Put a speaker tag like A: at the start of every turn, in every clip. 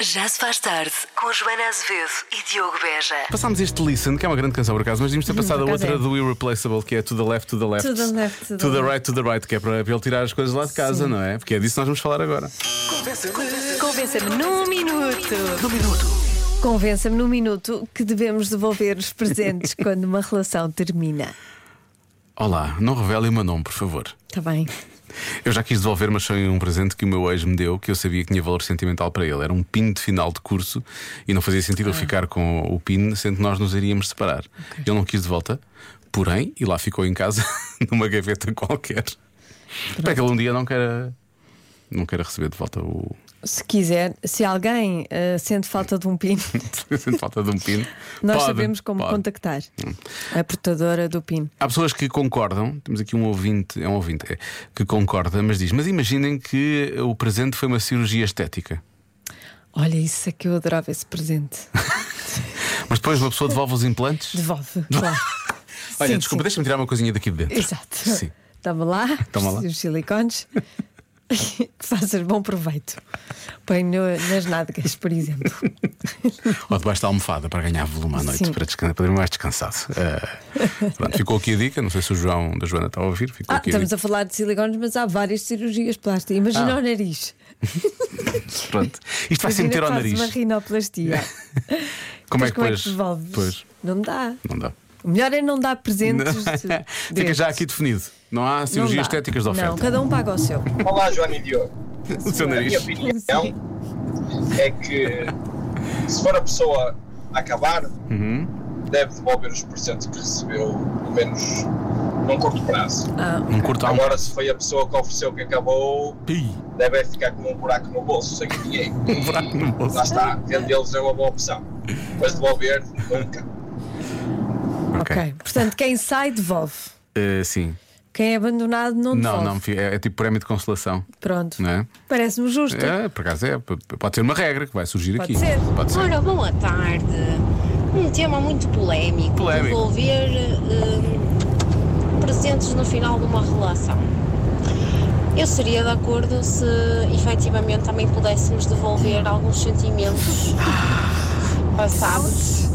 A: Já se faz tarde com Joana Azevedo e Diogo Beja.
B: Passámos este Listen, que é uma grande canção por acaso, mas devíamos ter passado a
C: por acaso
B: outra
C: é.
B: do Irreplaceable, que é To the Left, To the Left.
C: To the Left, To the Left.
B: Right, To the Right, que é para para ele tirar as coisas lá de casa, não é? Porque é disso que nós vamos falar agora.
C: Convença-me num minuto. Convença-me num minuto que devemos devolver os presentes quando uma relação termina.
B: Olá, não revele o meu nome, por favor.
C: Está Tá bem.
B: Eu já quis devolver, mas foi um presente que o meu ex me deu que eu sabia que tinha valor sentimental para ele. Era um pin de final de curso e não fazia sentido eu ficar com o pin, sendo que nós nos iríamos separar. Ele não quis de volta, porém, e lá ficou em casa, numa gaveta qualquer. Para que ele um dia não queira, não queira receber de volta o.
C: Se quiser, se alguém eh, sente falta de um pino,
B: sente falta de um pin.
C: nós
B: Pode,
C: sabemos como
B: pode.
C: contactar a portadora do pino.
B: Há pessoas que concordam, temos aqui um ouvinte, é um ouvinte, é, que concorda, mas diz: Mas imaginem que o presente foi uma cirurgia estética.
C: Olha, isso é que eu adorava esse presente.
B: Mas depois uma pessoa devolve os implantes?
C: Devolve, claro.
B: Olha,
C: Sim,
B: desculpa,
C: sim.
B: deixa-me tirar uma coisinha daqui de dentro.
C: Exato.
B: Sim.
C: Toma lá,
B: Toma lá.
C: os silicones. que faças bom proveito. Põe no- nas nádegas, por exemplo.
B: Ou debaixo da almofada para ganhar volume à noite,
C: Sim.
B: para, descan- para dormir mais descansado. Eh, pronto, ficou aqui a dica. Não sei se o João da Joana está a ouvir. Ficou
C: Ah,
B: aqui
C: estamos
B: a
C: a falar de silicones, mas há várias cirurgias plásticas. Imagina
B: Ah.
C: o nariz.
B: dica. Pronto. Isto vai
C: Imagina
B: sempre ter ao
C: que fazes
B: nariz.
C: uma rinoplastia.
B: Como é
C: Mas
B: que
C: como é
B: depois.
C: que devolves?
B: Pois,
C: Não dá.
B: não dá.
C: O melhor é não dar presentes.
B: Fica
C: destes.
B: já aqui definido. Não há
C: Não
B: cirurgias
C: dá.
B: estéticas de
C: Não,
B: oferta.
C: cada um paga o seu.
D: Olá, Joana e Diogo.
B: o seu
D: A minha
B: nariz.
D: opinião
C: Sim.
D: é que se for a pessoa a acabar, deve devolver os presentes que recebeu, pelo menos num curto prazo.
C: Ah,
B: Num curto há um.
D: Agora, se foi a pessoa que ofereceu que acabou,
B: Pi,
D: deve é ficar com um buraco no bolso, sem dinheiro.
B: um buraco no bolso.
D: Lá está, vendê-los é uma boa opção. Mas devolver, nunca.
B: Ok.
C: ok. Portanto, quem sai, devolve.
B: Eh, sim.
C: Quem é abandonado, não
B: Não,
C: devolve.
B: não, fi- é, é tipo prémio de consolação,
C: Pronto.
B: não é?
C: Parece-me justo.
B: É, por acaso é. p- p- Pode ser uma regra que vai surgir
C: Pode
B: aqui.
C: ser.
B: Pode ser.
E: Ora, boa tarde. Um tema muito polémico.
B: Polémico.
E: Devolver hum, presentes no final de uma relação. Eu seria de acordo se efetivamente também pudéssemos devolver alguns sentimentos passados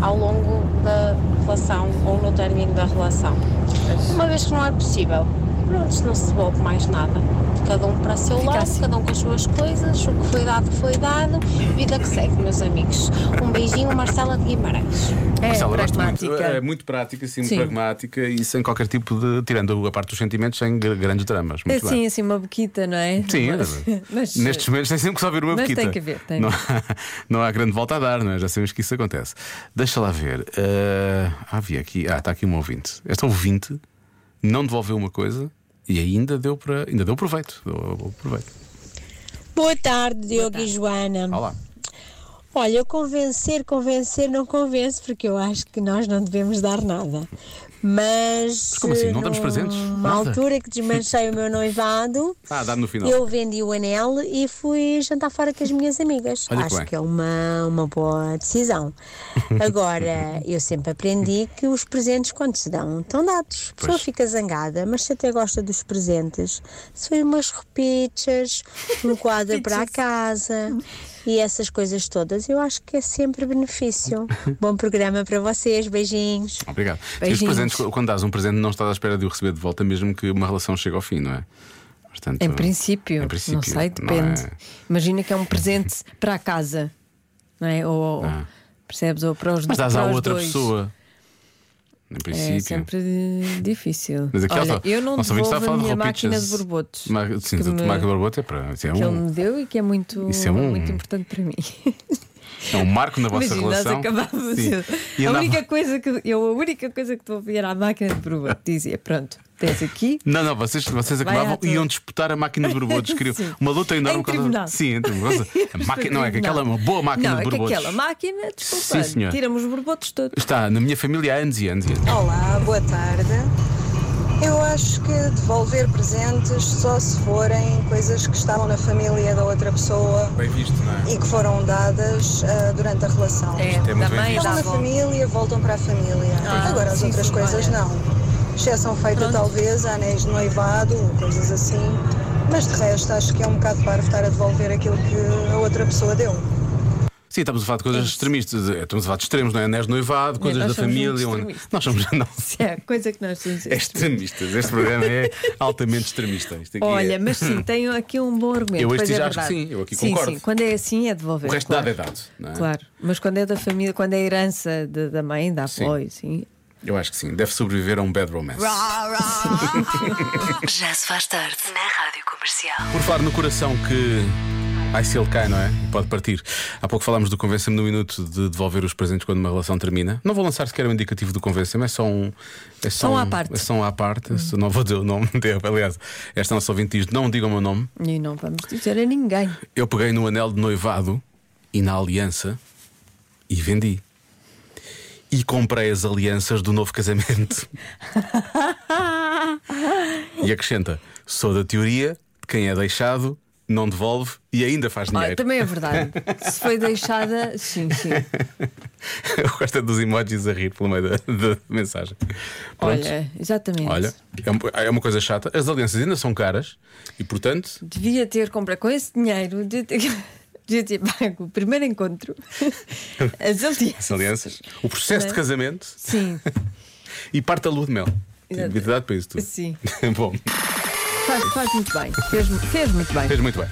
E: ao longo da relação ou no término da relação. Uma vez que não é possível, pronto, não se devolve mais nada. Cada um para o seu lado,
C: assim.
E: cada um com as suas coisas, o que foi dado foi dado, vida que segue, meus amigos. Um beijinho, Marcela de Guimarães.
C: É
B: Marcelo, eu gosto
C: pragmática.
B: Muito, é muito prática, sim,
C: Sim.
B: pragmática e sem qualquer tipo de. tirando a parte dos sentimentos, sem gr- grandes dramas. Muito
C: assim,
B: bem.
C: assim, uma boquita, não é?
B: Sim,
C: mas,
B: nestes momentos tem sempre que só ouvir uma
C: mas
B: boquita.
C: tem que haver, tem
B: não, há, não há grande volta a dar, não é? Já sabemos que isso acontece. Deixa lá ver. eh, ah, havia aqui. Ah, está aqui um ouvinte. Esta ouvinte não devolveu uma coisa e ainda deu, para, ainda deu proveito. Deu, deu proveito.
F: Boa tarde, Diogo e Joana.
B: Olá.
F: Olha, eu convencer, convencer, não convenço, porque eu acho que nós não devemos dar nada. Mas.
B: como assim? Não damos presentes?
F: Uma
B: Nada?
F: altura que desmanchei o meu noivado,
B: Ah, dá no final.
F: eu vendi o anel e fui jantar fora com as minhas amigas.
B: Olha que
F: acho
B: bem.
F: que, é uma, uma boa decisão. Agora, eu sempre aprendi que os presentes, quando se dão, estão dados. A pessoa
B: Pois.
F: fica zangada, mas se até gosta dos presentes, se foi umas repichas, um quadro para a casa e essas coisas todas, eu acho que é sempre benefício. Bom programa para vocês, beijinhos.
B: Ah, Obrigado. E os
C: Beijinhos.
B: presentes, quando dás um presente, não estás à espera de o receber de volta, mesmo que uma relação chegue ao fim, não é? Portanto,
C: Em princípio,
B: em princípio,
C: não sei,
B: não é?
C: depende. Imagina que é um presente para a casa, não é? Ou, ou-
B: Ah.
C: percebes? Ou para os
B: Mas dás
C: para
B: à
C: os
B: outra
C: dois.
B: pessoa. Em
C: É
B: princípio.
C: sempre di- difícil.
B: Mas aqui
C: Olha,
B: ela está-
C: eu não
B: nosso ouvinte está
C: devolvo
B: a
C: a,
B: falar de
C: minha máquina de
B: roupichas.
C: borbotos
B: Ma- Sim,
C: que,
B: a
C: me-
B: tua máquina de borboleta é para. isso é
C: que ele
B: um,
C: me deu e que é muito,
B: Isso é um-
C: muito importante para mim.
B: é um marco na vossa
C: Imagina, nós
B: relação.
C: acabávamos.
B: Sim. E
C: a,
B: andava-
C: única coisa que, eu, a única coisa que devolvi era a máquina de borboto. Dizia, pronto, tens aqui,
B: Não, não, vocês, vocês
C: Vai
B: acabavam
C: à tua.
B: e iam disputar a máquina de borbotos. Queriam
C: Sim.
B: uma luta enorme.
C: Em
B: por causa-
C: tribunal.
B: Sim, entre a máquina, Não, é que aquela é uma boa máquina
C: não,
B: de
C: é que
B: borbotos.
C: aquela máquina,
B: Sim,
C: desculpa,
B: senhor.
C: tiramos os borbotos todos.
B: Está na minha família há anos e anos e anos.
G: Olá, boa tarde. Eu acho que devolver presentes só se forem coisas que estavam na família da outra pessoa
B: Bem visto, não é?
G: e que foram dadas ah, durante a relação.
C: É,
B: muito bem
C: da mãe,
B: visto.
G: Estão
C: da
G: na
C: avó.
G: família, voltam para a família.
C: Ah,
G: Agora, as
C: sim,
G: outras
C: sim,
G: coisas
C: olha.
G: não. Exceção feita
C: Pronto.
G: talvez a anéis de noivado, coisas assim. Mas de resto, acho que é um bocado para estar a devolver aquilo que a outra pessoa deu.
B: Sim, estamos a falar de coisas extremistas. eh, Estamos a falar de extremos, não é? Anéis de noivado, coisas
H: nós
B: da
H: somos muito
B: família. onde-
H: extremistas.
B: Nós somos. Não,
C: Isso é a coisa que nós temos.
B: é extremistas. Este programa é altamente extremista. Isto aqui é-
C: Olha, mas sim, tenho aqui um bom argumento.
B: Eu este
C: pois é
B: já acho que
C: verdade.
B: sim, eu aqui
C: sim,
B: concordo.
C: Sim, quando é assim é devolver.
B: O resto
C: claro.
B: dado é dado, não é?
C: Claro, mas quando é da família, quando é herança de- da mãe, da avó,
B: Sim.
C: e sim.
B: Eu acho que sim. Deve sobreviver a um bad romance.
A: Já se faz tarde na Rádio Comercial.
B: Por falar no coração que. Ai, se ele cai, não é? Pode partir. Há pouco falámos do Convença-me no Minuto de devolver os presentes quando uma relação termina. Não vou lançar sequer um indicativo do Convença-me, é só um. É só
C: Só um
B: um-
C: à parte.
B: É só um à parte. Eu Não vou dizer o nome dele. Aliás, esta nossa ouvinte diz: não digam o meu nome.
C: E não vamos dizer a ninguém.
B: Eu peguei no anel de noivado e na aliança e vendi. E comprei as alianças do novo casamento. e acrescenta: sou da teoria de quem é deixado, não devolve e ainda faz
C: Olha,
B: dinheiro.
C: também é verdade. Se foi deixada, sim, sim.
B: Eu gosto é dos emojis a rir pelo meio da, da mensagem. Pronto.
C: Olha, é exatamente.
B: Olha, é uma- é uma coisa chata. As alianças ainda são caras e, portanto,
C: Devia ter comprado com esse dinheiro, devia ter, devia ter pago o primeiro encontro, as
B: as
C: alianças.
B: alianças, o processo de
C: Bem.
B: casamento
C: Sim,
B: e parte da lua de mel. Tenho
C: Exato.
B: habilidade para isso tudo.
C: sim.
B: Bom,
C: Faz, faz muito bem. Fez, fez muito bem.
B: fez muito bem.